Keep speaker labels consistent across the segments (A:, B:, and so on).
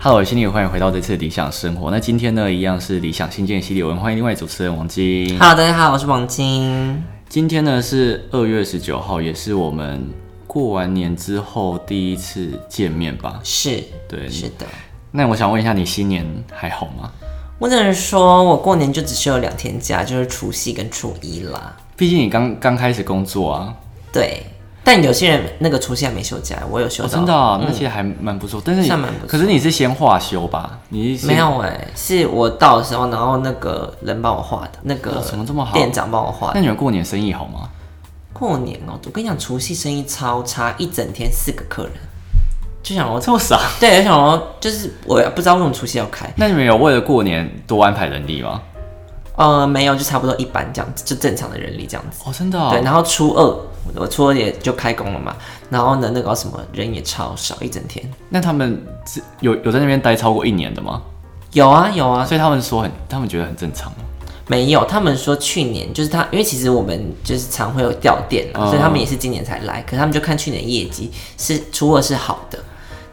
A: Hello，新理，欢迎回到这次的理想生活。那今天呢，一样是理想新建系列，我们欢迎另外主持人王晶。
B: Hello，大家好，我是王晶。
A: 今天呢是二月十九号，也是我们过完年之后第一次见面吧？
B: 是，
A: 对
B: 是的。
A: 那我想问一下，你新年还好吗？
B: 我只能说，我过年就只休了两天假，就是除夕跟初一啦。
A: 毕竟你刚刚开始工作啊，
B: 对，但有些人那个除夕还没休假，我有休
A: 哦、
B: 到。
A: 真的、啊，那其实还蛮不错。但是你
B: 算蛮不错
A: 可是你是先化休吧？你是
B: 没有哎、是我到的时候，然后那个人帮我画的，那个
A: 哇哦怎么这么好
B: 店长帮我画的。
A: 那你们过年生意好吗？
B: 过年哦、我跟你讲，除夕生意超差，一整天四个客人，就 想我
A: 这么傻？
B: 对，就想我就是我也不知道为什么除夕要开，
A: 那你们有为了过年多安排人力吗？
B: 呃，没有，就差不多一般这样子，就正常的人力这样子。
A: 哦，真的、啊。
B: 对，然后初二，我初二也就开工了嘛。然后呢，那个什么人也超少，一整天。
A: 那他们是有有在那边待超过一年的吗？
B: 有啊有啊，
A: 所以他们说很，他们觉得很正常。
B: 没有。他们说去年就是他，因为其实我们就是常会有掉店啊，
A: 嗯
B: 所以他们也是今年才来。可他们就看去年业绩是初二是好的，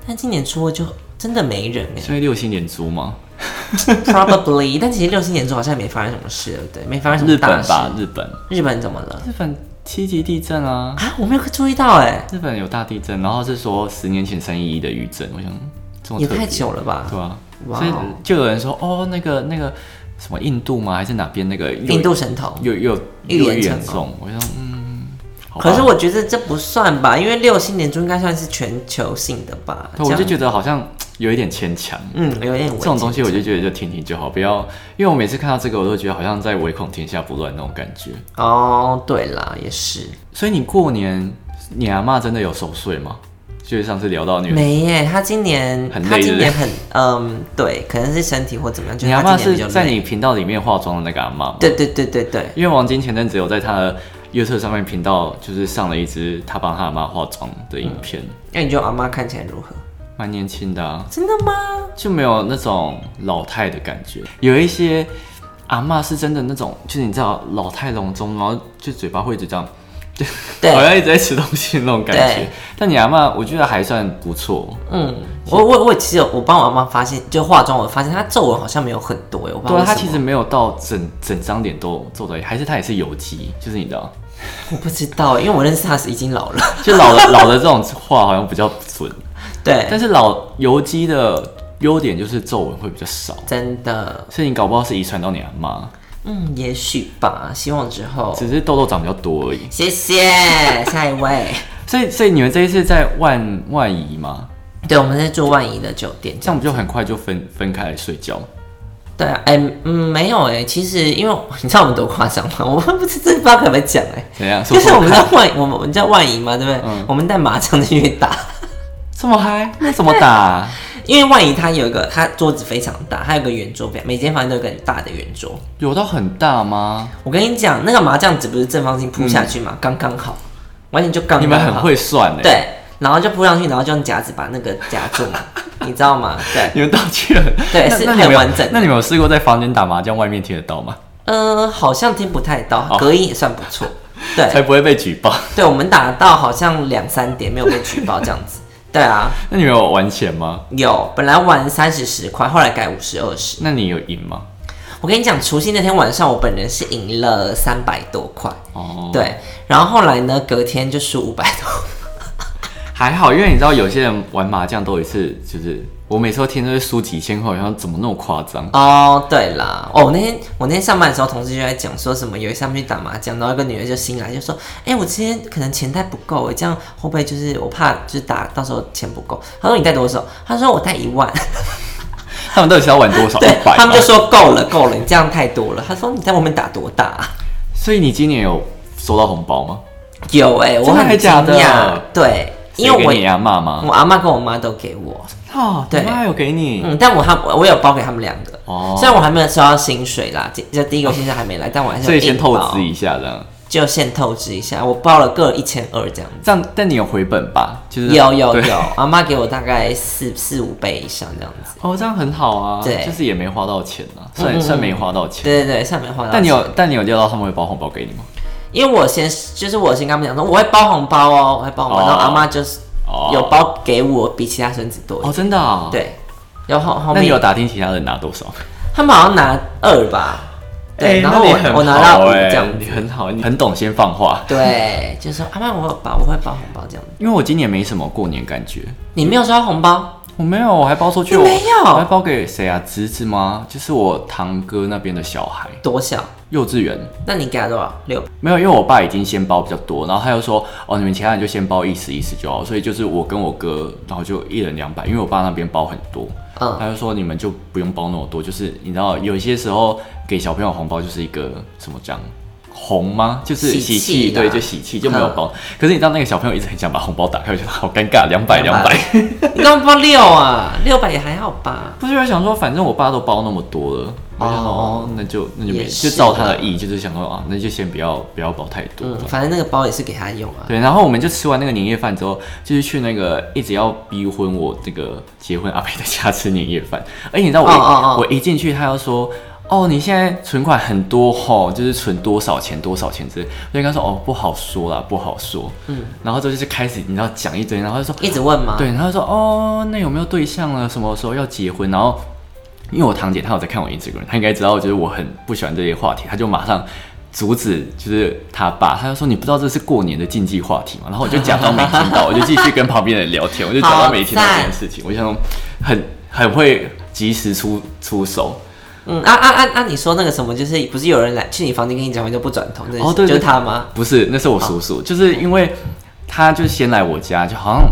B: 但今年初二就真的没人哎、
A: 所以六星连珠吗？
B: Probably，但其实六七年之后好像也没发生什么事，对不对？没发生什
A: 日
B: 么大
A: 本
B: 事。
A: 吧，日本，
B: 日本怎么了？
A: 日本七级地震啊，
B: 啊，我没有注意到哎、
A: 日本有大地震，然后是说十年前三一一的余震，我想这么
B: 也
A: 特别
B: 太，久了吧？
A: 对啊，
B: 哇哦
A: 所以就有人说哦，那个那个什么印度吗？还是哪边那个又
B: 印度神童。
A: 又又
B: 预言
A: 又
B: 成
A: 严重？我想嗯，好吧
B: 可是我觉得这不算吧，因为六星年珠应该算是全球性的吧。
A: 对我
B: 这
A: 就
B: 样
A: 觉得好像有一点牵强。
B: 嗯，有点
A: 这种东
B: 西，
A: 西我就觉得就听听就好，不要，因为我每次看到这个，我都觉得好像在唯恐天下不乱那种感觉。
B: 哦，对啦，也是
A: 所以你过年，你阿妈真的有守岁吗？就是上次聊到你，
B: 没耶。他今年
A: 很
B: 他
A: 累
B: 今年很嗯，对，可能是身体或怎么样，就
A: 你
B: 是
A: 阿妈
B: 他今
A: 是
B: 年比较
A: 在
B: 累。
A: 你频道里面化妆的那个阿妈吗？
B: 对对对对对，
A: 因为王晶前阵子有在他的 YouTube 上面频道，就是上了一支他帮他阿妈化妆的影片，
B: 那你觉得我阿妈看起来如何？
A: 蛮年轻的啊，
B: 真的吗？
A: 就没有那种老态的感觉。有一些阿妈是真的那种，就是你知道老态龙钟，然后就嘴巴会一直这样。
B: 对
A: 好像一直在吃东西的那种感觉
B: 对。
A: 但你阿嬷我觉得还算不错。
B: 嗯，我我我其实有我帮我阿妈发现，就化妆，我发现她皱纹好像没有很多耶。我不知
A: 对
B: 道
A: 啊，她
B: 为什
A: 其
B: 么
A: 实没有到整整张脸都皱的，还是她也是油肌，就是你知道，
B: 我不知道耶，因为我认识她是已经老了。
A: 就老了老了这种话好像比较不准。
B: 对，
A: 但是老油肌的优点就是皱纹会比较少，
B: 真的，
A: 所以你搞不好是遗传到你阿妈，
B: 嗯，也许吧，希望之后。
A: 只是痘痘长比较多而已。
B: 谢谢， 下一位。
A: 所以所以你们这一次在万万宜嘛，
B: 对，我们在住万怡的酒店。
A: 这样不就很快就分分开来睡觉？
B: 对啊，哎、嗯，没有哎、其实因为你知道我们多夸张吗？ 我们不知这不知道可不可以讲哎、
A: 怎样？
B: 就是
A: 说说
B: 我们
A: 看嗯
B: 在万，我们我们叫万怡嘛，对不对？我们带麻将进去打，
A: 这么嗨，那怎么打啊、
B: 因为万怡它有一个，它桌子非常大，它有个圆桌，每间房间都有个很大的圆桌。
A: 有到很大 吗？
B: 我跟你讲，那个麻将纸不是正方形铺下去嘛，刚刚好，完全就刚刚
A: 嗯
B: 好。
A: 你们很会算哎、
B: 对，然后就铺上去，然后就用夹子把那个夹住 嘛，你知道吗？对，
A: 你们道具很
B: 对
A: 那
B: 是
A: 那你们
B: 很
A: 有
B: 完整的
A: 那你们有试过在房间打麻将，外面听得到吗？
B: 呃，好像听不太到，
A: 哦
B: 隔音也算不 错。 对，
A: 才不会被举报。
B: 对，我们打到好像两三点没有被举报这样子。 对啊，
A: 那你们有玩钱吗？
B: 有本来玩三十十块，后来改五十二十。
A: 那你有赢吗？
B: 我跟你讲，除夕那天晚上我本人是赢了三百多块，
A: 哦，，
B: 对，然后后来呢，隔天就输五百多。
A: 还好，因为你知道有些人玩麻将都有一次，就是我每次都听都是输几千块，好像怎么那么夸张？
B: 哦，对啦，哦，我那天我那天上班的时候，同事就在讲说什么，有一次他们去打麻将，然后一个女的就新来就说，哎、我今天可能钱袋不够，这样会不会就是我怕就是打到时候钱不够？他说你带多少？他说我带一万。
A: 他们到底是要玩多少？
B: 对
A: 一百？
B: 他们就说够了，够了，你这样太多了。他说你在外面打多大、啊？
A: 所以你今年有收到红包吗？
B: 有哎、
A: 真的
B: 我很
A: 还
B: 惊
A: 假的
B: 讶。对，因
A: 谁给你啊阿
B: 为
A: 妈
B: 我
A: 吗？
B: 我阿妈跟我妈都给我，
A: 哦，
B: 对
A: 你妈有给你。
B: 嗯，但我还我有包给他们两个。
A: 哦
B: 虽然我还没有收到薪水啦，这这第一个现在还没来，但我还是有
A: 所以先
B: 硬
A: 透
B: 包
A: 支一下，这样，
B: 就先透支一下，我包了各一千二这样。
A: 这样，但你有回本吧？就是
B: 有有
A: 对
B: 有，阿妈给我大概四四五倍以上这样子。
A: 哦，这样很好啊，
B: 对嗯
A: 就是也没花到钱啊，算算没花到钱。
B: 对对对，上面花到。
A: 但你有但你有料到他们会包红包给你吗？
B: 因为我先就是我先跟他们讲说我会包红包哦，我会包红包，
A: 哦
B: 然后阿妈就是
A: 哦
B: 有包给我比其他孙子多一点。
A: 哦，真的、啊？，
B: 对，有后后
A: 那你
B: 面
A: 有打听其他人拿多少？
B: 他们好像拿二吧，对，
A: 哎
B: 然后
A: 那你
B: 我
A: 很
B: 我拿到
A: 好
B: 五
A: 哎
B: 这样子
A: 你很好，你很懂先放话。
B: 对，就说阿妈我有包，我会包红包这样子。
A: 因为我今年没什么过年感觉，
B: 你没有收到红包？
A: 我没有，我还包出去，
B: 你
A: 我
B: 没有
A: 我还包给谁啊？侄子吗？就是我堂哥那边的小孩，
B: 多少？
A: 幼稚园。
B: 那你给他多少？六？
A: 没有，因为我爸已经先包比较多，然后他又说，哦，你们其他人就先包意思意思就好，所以就是我跟我哥，然后就一人两百，因为我爸那边包很多，
B: 嗯，
A: 他就说你们就不用包那么多，就是你知道有些时候给小朋友红包就是一个什么讲红吗？就是
B: 喜气
A: 喜气，嗯
B: 啦
A: 对，就喜气就没有包。可是你知道那个小朋友一直很想把红包打开，我觉得好尴尬，两百两百，
B: 你干嘛包六啊？六百也还好吧？
A: 不是我想说，反正我爸都包那么多了，我就想说
B: 哦
A: 哦，那就那就没
B: 也是
A: 就照他的意，就是想说啊，那就先不要不要包太多。
B: 嗯，反正那个包也是给他用啊。
A: 对，然后我们就吃完那个年夜饭之后，就是去那个一直要逼婚我这个结婚阿贝的家吃年夜饭。而且你知道我一
B: 哦哦哦
A: 我一进去，他要说。哦，你现在存款很多吼、就是存多少钱多少钱之类，所以跟他说哦不好说啦，不好说。嗯，然后之后就是开始你知道讲一堆，然后就说
B: 一直问吗？
A: 对，然后就说哦，那有没有对象了？什么时候要结婚？然后因为我堂姐她有在看我 Instagram，她应该知道，就是我很不喜欢这些话题，她就马上阻止，就是她爸，她就说你不知道这是过年的禁忌话题嘛？然后我就假装没听到，我就继续跟旁边人聊天，我就假装没听到这件事情，我想说很很会及时出出手。
B: 嗯啊啊啊啊！你说那个什么，就是不是有人来去你房间跟你讲话你就不转头，那是
A: 哦对对
B: 就是他吗？
A: 不是，那是我叔叔，就是因为他就先来我家，就好像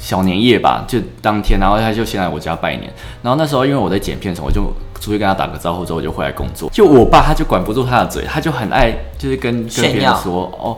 A: 小年夜吧，就当天，然后他就先来我家拜年。然后那时候因为我在剪片什么，我就出去跟他打个招呼之后，我就回来工作。就我爸他就管不住他的嘴，他就很爱就是跟跟
B: 炫
A: 别
B: 耀
A: 人说哦，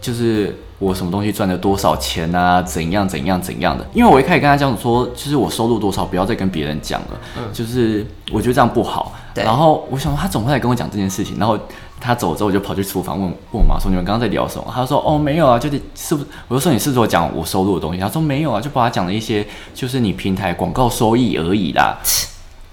A: 就是我什么东西赚了多少钱啊，怎样怎样怎样的。因为我一开始跟他讲说，就是我收入多少，不要再跟别人讲了，就是我觉得这样不好。
B: 嗯对
A: 然后我想说他总会来跟我讲这件事情，然后他走之后我就跑去厨房问问我妈说你们刚刚在聊什么？他说哦没有啊，就是是不是？我就说你是不是有讲我收入的东西？他说没有啊，就把他讲了一些就是你平台广告收益而已啦。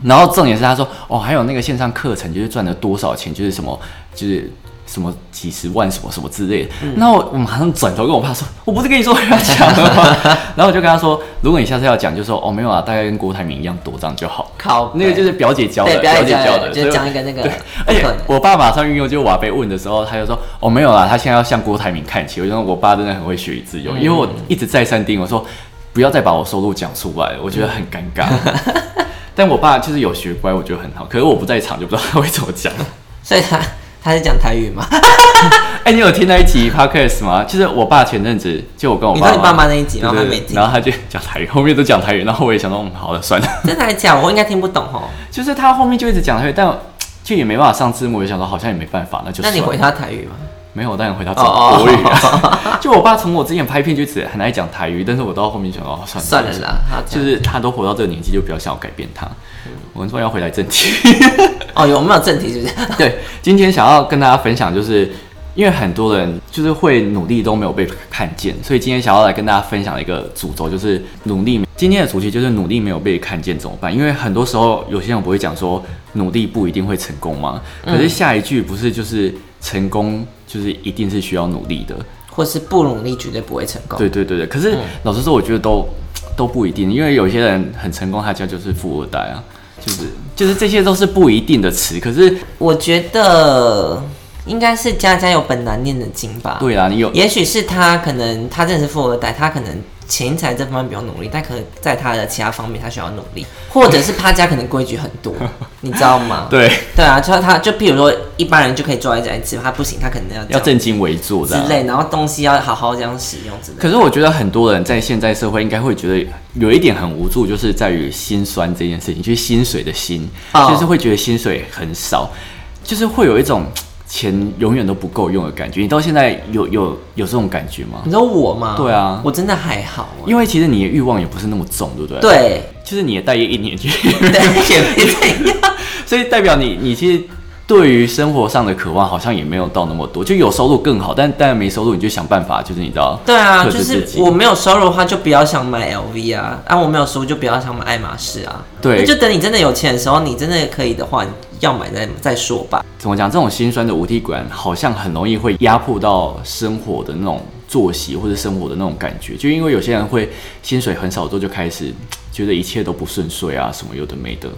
A: 然后重点是他说哦，还有那个线上课程就是赚了多少钱，就是什么就是什么几十万什么什么之类的。
B: 嗯
A: 那我我马上转头跟我爸说，我不是跟你说我要讲了吗？ 然后我就跟他说，如果你下次要讲，就说哦没有啊，大概跟郭台铭一样多这样就好。
B: 靠北，
A: 那个就是表姐教
B: 对
A: 的，
B: 表
A: 表
B: 演
A: 姐教的，
B: 就是
A: 所以
B: 讲一个那个，
A: 而且
B: 不可能
A: 我爸马上运用，就是瓦被问的时候，他就说：“哦，没有啦，他现在要向郭台铭看齐。”我就 说：“我爸真的很会学以致
B: 嗯
A: 用，因为我一直再三叮我说，不要再把我收入讲出来，我觉得很尴 尬。但我爸就是有学乖，我觉得很好。可是我不在场，就不知道他会怎么讲。
B: 所以他他是讲台语吗？
A: 哎、你有听那一集 podcast 吗？就是我爸前阵子，就我跟我
B: 你
A: 爸
B: 说你
A: 妈
B: 爸妈那一集吗？我还
A: 对
B: 没
A: 对对，
B: 听
A: 然，后他就讲台语，后面都讲台语，然后我也想说，嗯，好了，算了。
B: 真的还假的？我应该听不懂哦。
A: 就是他后面就一直讲台语，但就也没办法上字幕，我就想说好像也没办法，那就
B: 那
A: 算了
B: 你回他台语吗？
A: 没有，我当然回答
B: 哦哦
A: 讲国语啊。 就我爸从我之前拍片就一直很爱讲台语，但是我到后面想 到、哦、算了
B: 算了，啦，他
A: 就
B: 讲。
A: 是他都活到这个年纪，就不要想要改变他。
B: 嗯
A: 我们说要回来正题，
B: 哦，有没有正题？是不是？
A: 对，今天想要跟大家分享，就是因为很多人就是会努力都没有被看见，所以今天想要来跟大家分享一个主轴，就是努力。今天的主题就是努力没有被看见怎么办？因为很多时候有些人不会讲说努力不一定会成功吗？可是下一句不是就是成功就是一定是需要努力的，
B: 或是不努力绝对不会成功。
A: 对对对对，可
B: 嗯
A: 是、老实说，我觉得都都不一定，因为有些人很成功，他家就是富二代啊，就是就是这些都是不一定的词。可是
B: 我觉得应该是家家有本难念的经吧。
A: 对啦，你有
B: 也许是他可能他真的是富二代，他可能钱财这方面比较努力，但可能在他的其他方面他需要努力，或者是他家可能规矩很多， 你知道吗？
A: 对
B: 对啊，就他就譬如说一般人就可以坐在这里吃，他不行，他可能要这
A: 要
B: 样
A: 正啊襟危坐这
B: 之
A: 样。
B: 类，然后东西要好好这样使用之类。
A: 可是我觉得很多人在现在社会应该会觉得有一点很无助，就是在于心酸这件事情，就是薪水的薪，
B: 哦
A: 就是会觉得薪水很少，就是会有一种钱永远都不够用的感觉。你到现在有有有这种感觉吗？
B: 你说我吗？
A: 对啊
B: 我真的还好啊。
A: 因为其实你的欲望也不是那么重，对不对？，
B: 对，
A: 就是你也待业一年就
B: 对，也没怎样。
A: 所以代表你，你其实对于生活上的渴望好像也没有到那么多，就有收入更好，但但没收入你就想办法，就是你知道，
B: 对啊，
A: 克
B: 就
A: 制自
B: 是
A: 己
B: 我没有收入的话，就不要想买 LV 啊；啊，我没有收入就不要想买爱马仕啊。
A: 对
B: 那就等你真的有钱的时候，你真的可以的话，你要买再再说吧。
A: 怎么讲，这种心酸的无力感好像很容易会压迫到生活的那种作息或者生活的那种感觉，就因为有些人会薪水很少之后就开始。觉得一切都不顺遂啊，什么有的没的。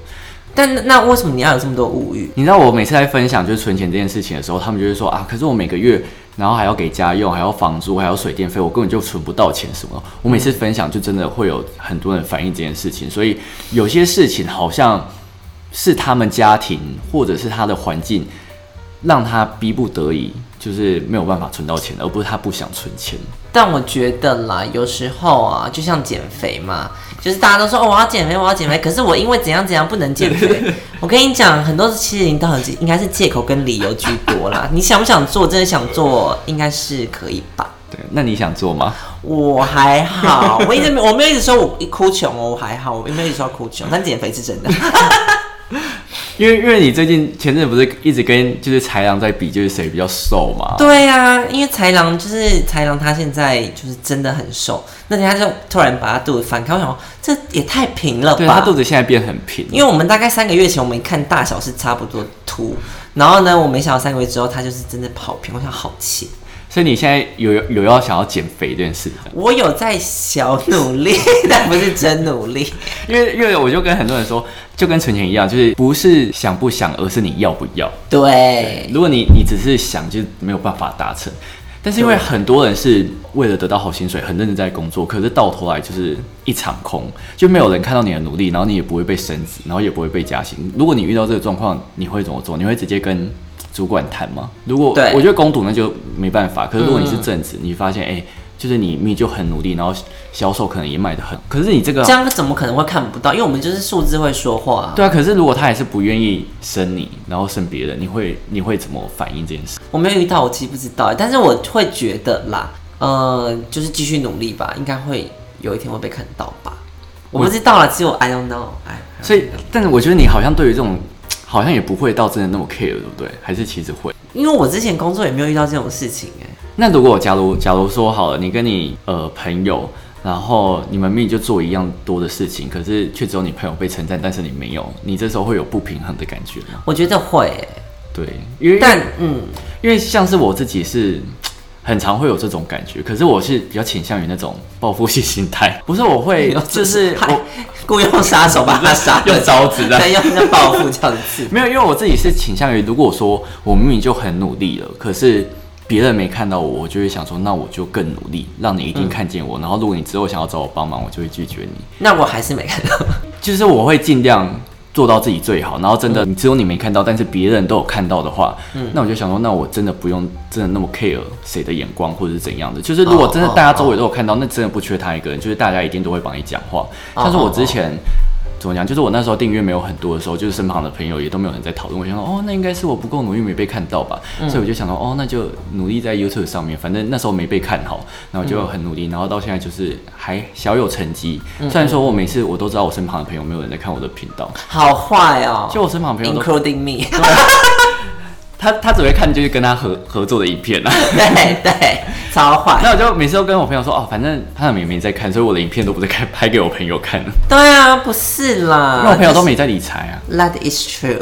B: 但那那为什么你要有这么多物欲？
A: 你知道我每次在分享就是存钱这件事情的时候，他们就会说啊，可是我每个月，然后还要给家用，还要房租，还要水电费，我根本就存不到钱什么。我每次分享就真的会有很多人反映这件事情，所以有些事情好像是他们家庭或者是他的环境让他逼不得已，就是没有办法存到钱，而不是他不想存钱。
B: 但我觉得啦，有时候啊，就像减肥嘛，就是大家都说哦，我要减肥，我要减肥，可是我因为怎样怎样不能 减肥。我跟你讲，很多七零到底应该是借口跟理由居多啦。你想不想做？真的想做，应该是可以吧。
A: 对，那你想做吗？
B: 我还好，我一直没我没有一直说我哭穷哦，我还好，我没有一直说哭穷，但减肥是 真的。
A: 因为因为你最近前阵子不是一直跟就是豺狼在比，就是谁比较瘦嘛？
B: 对呀、因为豺狼就是豺狼，他现在就是真的很瘦。那天他就突然把他肚子翻开，我想说这也太平了吧？
A: 对，他肚子现在变很平，
B: 因为我们大概三个月前我们看大小是差不多凸，然后呢，我没想到三个月之后他就是真的跑偏，我想好气。
A: 所以你现在有有要想要减肥这件事，
B: 我有在小努力， 但不是真努力。
A: 因为因为我就跟很多人说，就跟存钱一样，就是不是想不想，而是你要不要。
B: 对，啊
A: 如果你你只是想，就没有办法达成。但是因为很多人是为了得到好薪水，很认真在工作，可是到头来就是一场空，就没有人看到你的努力，然后你也不会被升职，然后也不会被加薪。如果你遇到这个状况，你会怎么做？你会直接跟主管谈吗？如果
B: 对
A: 我觉得攻读那就没办法，可是如果你是正职，你发现哎、就是你你就很努力，然后销售可能也卖得很，可是你这个
B: 这样怎么可能会看不到？因为我们就是数字会说话、啊。
A: 对啊，可是如果他还是不愿意生你，然后生别人，你会你会怎么反应这件事？
B: 我没有遇到，我其实不知道，但是我会觉得啦，呃，就是继续努力吧，应该会有一天会被看到吧。我不知道啦，只有 I don't know，哎，
A: 所以，但是我觉得你好像对于这种，好像也不会到真的那么 care，对不对？还是其实会。
B: 因为我之前工作也没有遇到这种事情、哎，
A: 那如果假如假如说好了，你跟你呃朋友，然后你们明明就做一样多的事情，可是却只有你朋友被称赞，但是你没有，你这时候会有不平衡的感觉吗？
B: 我觉得会、哎
A: 对，因为
B: 但嗯，
A: 因为像是我自己是很常会有这种感觉，可是我是比较倾向于那种报复性心态，不是我会就是我
B: 我雇佣杀手把他杀了，
A: 用刀子的
B: 再用那报复这样子。
A: 没有，因为我自己是倾向于，如果说我明明就很努力了，可是别人没看到我，我就会想说，那我就更努力，让你一定看见我。然后，如果你之后想要找我帮忙，我就会拒绝你。
B: 那我还是没看到，
A: 就是我会尽量做到自己最好。然后，真的，你只有你没看到，但是别人都有看到的话，
B: 嗯
A: 那我就想说，那我真的不用真的那么 care 谁的眼光或者是怎样的。就是如果真的
B: 哦哦
A: 大家周围都有看到，那真的不缺他一个人，就是大家一定都会帮你讲话。像是我之前。怎么讲？就是我那时候订阅没有很多的时候，就是身旁的朋友也都没有人在讨论。我想说，哦，那应该是我不够努力没被看到吧，所以我就想说，哦，那就努力在 YouTube 上面，反正那时候没被看好，然后就很努力，然后到现在就是还小有成绩。虽然说我每次我都知道我身旁的朋友没有人在看我的频道，
B: 好坏哦。
A: 就我身旁的朋友都
B: including me，
A: 他他只会看就是跟他合合作的影片啊。
B: 对对，超坏。
A: 那我就每次都跟我朋友说，哦，反正他们也没在看，所以我的影片都不是开拍给我朋友看，因
B: 对啊，不是啦，
A: 为我朋友都没在理财啊，
B: That is true，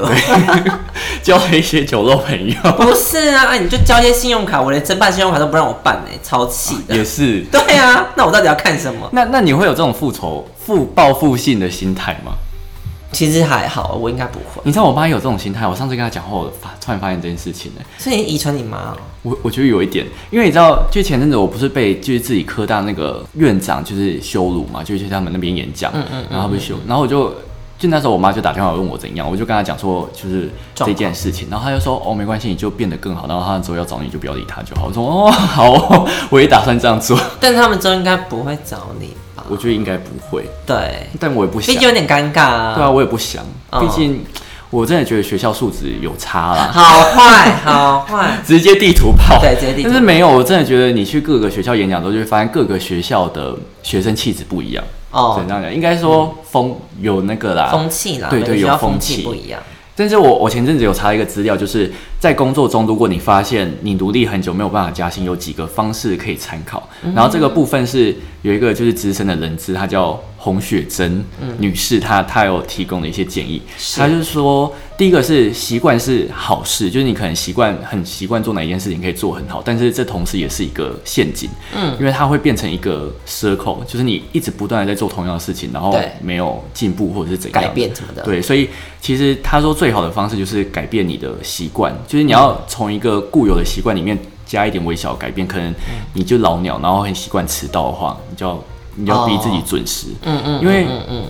A: 交了一些酒肉朋友
B: 不是啊，哎你就交一些信用卡，我连申办信用卡都不让我办哎、超气 的。
A: 也是。
B: 对啊，那我到底要看什么？
A: 那那你会有这种复仇、复报复性的心态吗？
B: 其实还好，我应该不会。
A: 你知道我妈有这种心态，我上次跟她讲话，我发突然发现这件事情呢、
B: 所以你遗传你妈哦、
A: 我我觉得有一点，因为你知道，就前阵子我不是被就是自己科大那个院长就是羞辱嘛，就是去他们那边演讲，然后被羞，然后我就就那时候我妈就打电话问我怎样，我就跟她讲说就是这件事情，然后她就说哦没关系，你就变得更好，然后她之后要找你就不要理她就好。我说哦好 哦我也打算这样做，
B: 但他们之后应该不会找你吧？
A: 我觉得应该不会，
B: 对，
A: 但我也不想
B: 毕，竟有点尴尬啊。
A: 对啊，我也不想，
B: 哦
A: 毕竟我真的觉得学校素质有差啦。
B: 好坏，好坏。
A: 直接地图炮，
B: 对直接地图炮
A: 但是没有，我真的觉得你去各个学校演讲之后，就会发现各个学校的学生气质不一样。
B: 哦嗯
A: 只能这样讲，应该说风有那个啦，
B: 风气啦，
A: 对
B: 每个
A: 对
B: 学
A: 有
B: 校
A: 风
B: 风
A: 气
B: 气不一样。
A: 但是我我前阵子有查一个资料，就是在工作中，如果你发现你努力很久没有办法加薪，有几个方式可以参考。
B: 嗯
A: 然后这个部分是有一个就是资深的人资，她叫洪雪珍女士，她她有提供的一些建议。
B: 嗯是
A: 她就是说，第一个是习惯是好事，就是你可能习惯很习惯做哪一件事情可以做很好，但是这同时也是一个陷阱，嗯，因为它会变成一个 circle，就是你一直不断的在做同样的事情，然后
B: 对
A: 没有进步或者是怎样
B: 改变什么的，
A: 对，所以其实他说最好的方式就是改变你的习惯，就是你要从一个固有的习惯里面加一点微小的改变，可能你就老鸟，然后很习惯迟到的话，你就要你就要逼自己准时，
B: 嗯，嗯嗯，
A: 因为
B: 嗯嗯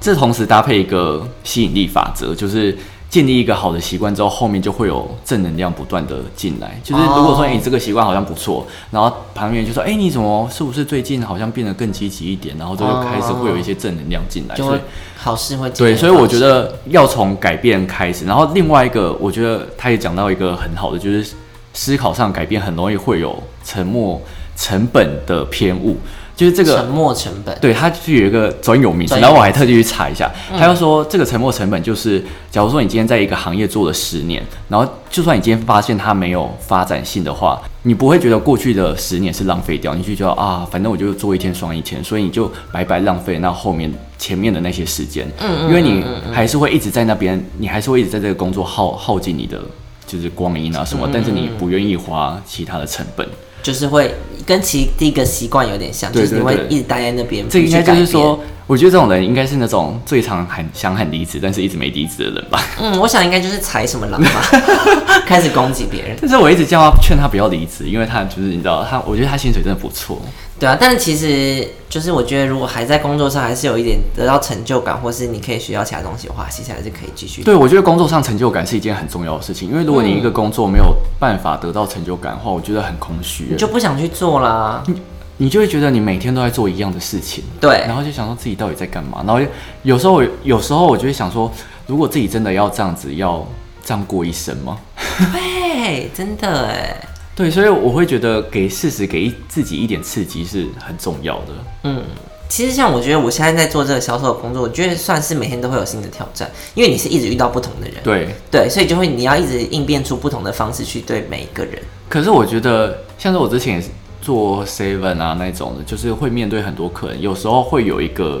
A: 这同时搭配一个吸引力法则，就是建立一个好的习惯之后，后面就会有正能量不断的进来。就是如果说
B: 哦
A: 你这个习惯好像不错，然后旁边人就说：“哎、你怎么是不是最近好像变得更积极一点？”然后就
B: 哦
A: 开始会有一些正能量进来，
B: 就
A: 啊所以
B: 会好事会
A: 对，
B: 进
A: 所
B: 来
A: 以
B: 的
A: 我
B: 方式
A: 觉得要从改变开始。然后另外一个，我觉得他也讲到一个很好的，就是思考上改变很容易会有沉没成本的偏误，就是这个
B: 沉没成本，
A: 对，它就有一个专有名词，嗯
B: 专有
A: 然后我还特地去查一下，他就说这个沉没成本就是，假如说你今天在一个行业做了十年，然后就算你今天发现它没有发展性的话，你不会觉得过去的十年是浪费掉，你就觉得啊，反正我就做一天爽一天，所以你就白白浪费那后面前面的那些时间，嗯因为你还是会一直在那边，你还是会一直在这个工作耗耗尽你的就是光阴啊什么，但是你不愿意花其他的成本。
B: 就是会跟其第一个习惯有点像，
A: 对
B: 就是你
A: 对
B: 会
A: 对
B: 一直待在那边，
A: 这
B: 不
A: 应该
B: 去改
A: 就是
B: 变
A: 说，我觉得这种人应该是那种最常喊想喊离职，但是一直没离职的人 吧。
B: 嗯，我想应该就是踩什么 狼吧，开始攻击别人。
A: 但是我一直叫他劝他不要离职，因为他就是你知道，他我觉得他薪水真的不错。
B: 对啊，但是其实就是我觉得，如果还在工作上还是有一点得到成就感，或是你可以学到其他东西的话，其实还是可以继续。
A: 对，我觉得工作上成就感是一件很重要的事情，因为如果你一个工作没有办法得到成就感的话，我觉得很空虚
B: 你，就不想去做啦。
A: 嗯你就会觉得你每天都在做一样的事情，
B: 对
A: 然，后就想说自己到底在干嘛，然后有时候我有时候我就会想说，如果自己真的要这样子，要这样过一生吗？
B: 对，真的哎，
A: 对，所以我会觉得给事实给自己一点刺激是很重要的。
B: 其实像我觉得我现在在做这个销售的工作，我觉得算是每天都会有新的挑战，因为你是一直遇到不同的人，
A: 对，
B: 对，所以就会你要一直应变出不同的方式去对每一个人。
A: 可是我觉得，像是我之前也是做 seven 啊那种的，就是会面对很多客人，有时候会有一个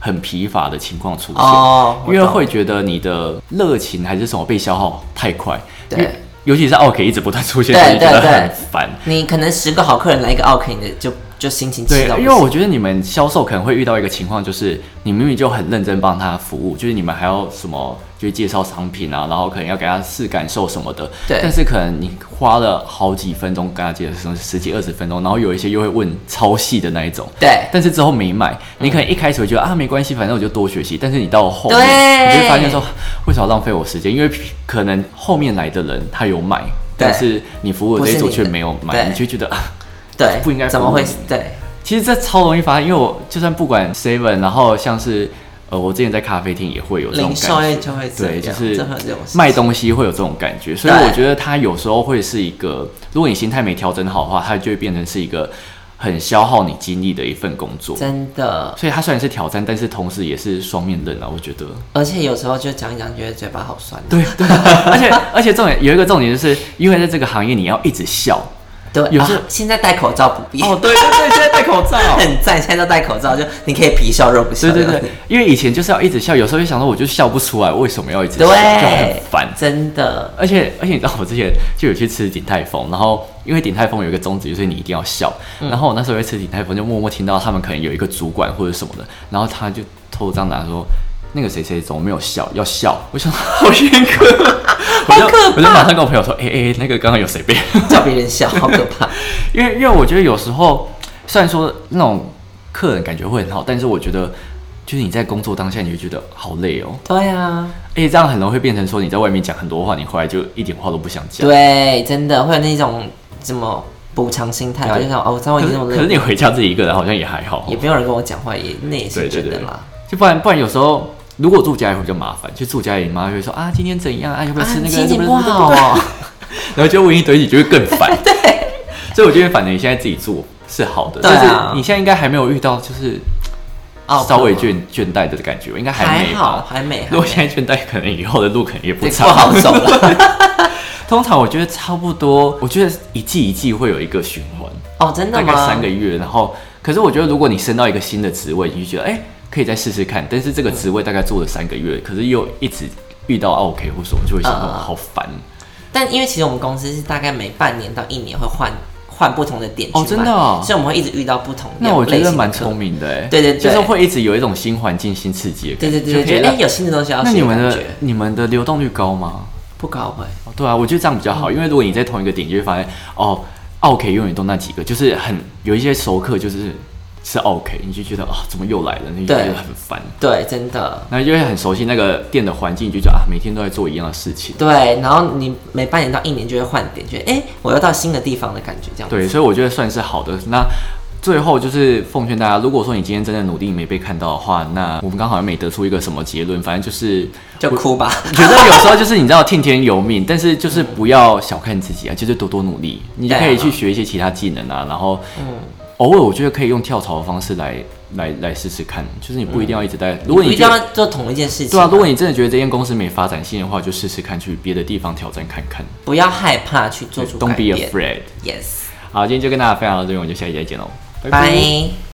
A: 很疲乏的情况出现，
B: 哦我
A: 因为
B: 懂
A: 会觉得你的热情还是什么被消耗太快，
B: 对
A: 因为。尤其是奥 K 一直不断出现，
B: 对
A: 我就觉得
B: 对对
A: 很烦。
B: 你可能十个好客人来一个 OK，你的就就心情气
A: 对
B: 到，不
A: 因
B: 行
A: 为我觉得你们销售可能会遇到一个情况，就是你明明就很认真帮他服务，就是你们还要什么，就是介绍商品啊，然后可能要给他试感受什么的。
B: 对
A: 但是可能你花了好几分钟跟他介绍，十几二十分钟，然后有一些又会问超细的那一种。
B: 对嗯
A: 但是之后没买，你可能一开始会觉得、啊没关系，反正我就多学习。但是你到后面，
B: 对
A: 你就会发现说为什么要浪费我时间？因为可能后面来的人他有买，但是你服务的这一组
B: 不是你
A: 却
B: 的
A: 没有买，
B: 对
A: 你就觉得啊。
B: 对，
A: 不应该
B: 怎么
A: 服务
B: 会
A: 你
B: 对？
A: 其实这超容易发生，因为我就算不管 seven，然后像是呃，我之前在咖啡厅也会有这种
B: 零
A: 感
B: 售
A: 觉，
B: 业就会这
A: 对，
B: 样，
A: 就是
B: 这会有这种事
A: 卖东西会有这种感觉，所以
B: 对
A: 我觉得它有时候会是一个，如果你心态没调整好的话，它就会变成是一个很消耗你精力的一份工作。
B: 真的，
A: 所以它虽然是挑战，但是同时也是双面刃啊，我觉得。
B: 而且有时候就讲一讲，觉得嘴巴好酸。啊
A: 对对， 而且而且重点有一个重点就是，因为在这个行业你要一直笑。
B: 对，
A: 有
B: 啊
A: 时
B: 现在戴口罩不必，
A: 哦，对对对，现在戴口 罩。
B: 很赞，现在都戴口罩，就你可以皮笑肉不笑
A: 对对
B: 这样子。
A: 对，因为以前就是要一直笑，有时候就想说我就笑不出来，为什么要一直笑，就很烦。
B: 真 的，
A: 而且而且你知道我之前就有去吃鼎泰丰，然后因为鼎泰丰有一个宗旨就是你一定要笑，然后我那时候在吃鼎泰丰就默默听到他们可能有一个主管或者什么的，然后他就偷偷这样拿说。那个谁谁怎么没有笑？要笑！我想 好严格，我就我就马上跟我朋友说，哎、哎、那个刚刚有谁被
B: 叫别人笑好可怕。
A: 因为因为我觉得有时候虽然说那种客人感觉会很好，但是我觉得就是你在工作当下，你就觉得好累哦，
B: 对啊，
A: 而且这样很容易会变成说你在外面讲很多话，你回来就一点话都不想讲。
B: 对，真的会有那种怎么补偿心态，
A: 对
B: 我就想哦，我知道我已
A: 可
B: 经
A: 是
B: 这么
A: 可是
B: 累，
A: 你回家自己一个人好像也还好哦
B: 也，没有人跟我讲话，也那也
A: 对
B: 是
A: 对
B: 真
A: 对
B: 的啦。，
A: 就不然不然有时候。如果住家里会比较麻烦，就住家里，你妈就会说啊，今天怎样啊，要不要
B: 啊
A: 吃，那
B: 你
A: 个？
B: 心
A: 要
B: 情
A: 要
B: 不好
A: 对
B: 哦。
A: 然后就问一堆，你就会更烦。对，所以我觉得反正你现在自己做是好的，
B: 对啊
A: 但是你现在应该还没有遇到就是
B: 哦，
A: 稍微
B: 可能
A: 倦倦怠的感觉，应该还
B: 还
A: 没吧
B: 好，还没，还
A: 如果
B: 没
A: 现在倦怠，可能以后的路可能也不
B: 这个
A: 差。
B: 不好走了。
A: 通常我觉得差不多，我觉得一季一季会有一个循环，
B: 哦，真的
A: 大
B: 吗？
A: 概三个月。然后，可是我觉得如果你升到一个新的职位，你就觉得哎、可以再试试看。但是这个职位大概做了三个月，可是又一直遇到 OK 或什么，就会想到、
B: 嗯嗯嗯
A: 好烦。
B: 但因为其实我们公司是大概每半年到一年会换换不同的点去
A: 哦真的哦
B: 卖所以我们会一直遇到不同的
A: 那我觉
B: 类
A: 得
B: 型的
A: 蛮
B: 客
A: 聪明的哎、
B: 对对对
A: 就是会一直有一种新环境、新刺激的
B: 对
A: 感觉，
B: 对对对，
A: 就可以
B: 觉得哎、
A: 让
B: 诶有新的东西要
A: 那
B: 学
A: 你们
B: 感
A: 的
B: 觉
A: 你们的流动率高吗？
B: 不高会、
A: 哦对啊，我觉得这样比较好，因为如果你在同一个点，就会发现哦，OK 永远都那几个，就是很有一些熟客就是是 OK，你就觉得啊、怎么又来了，你就觉
B: 对
A: 得很烦，
B: 对，真的
A: 然后就会很熟悉那个店的环境，你就觉得啊每天都在做一样的事情。
B: 对。然后你每半年到一年就会换点，觉得哎、诶我又到新的地方的感觉，这样子
A: 对，所以我觉得算是好的。那最后就是奉劝大家，如果说你今天真的努力没被看到的话，那我们刚好像没得出一个什么结论，反正就是
B: 就哭吧。
A: 觉得有时候就是你知道听天由命，但是就是不要小看自
B: 嗯
A: 己啊，就是多多努力，你就可以去学一些其他技能啊，然后
B: 嗯
A: 偶尔我觉得可以用跳槽的方式来来来试试看，就是你不一定要一直在，如果
B: 嗯不
A: 你
B: 一定
A: 觉得
B: 要做同一件事情，
A: 对啊，如果你真的觉得这间公司没发展性的话，就试试看去别的地方挑战看看
B: 不要害怕去做出
A: ，Don't
B: 改
A: be
B: 变。
A: afraid。
B: Yes，
A: 好，今天就跟大家分享到这边，我们就下期再见喽，
B: 拜。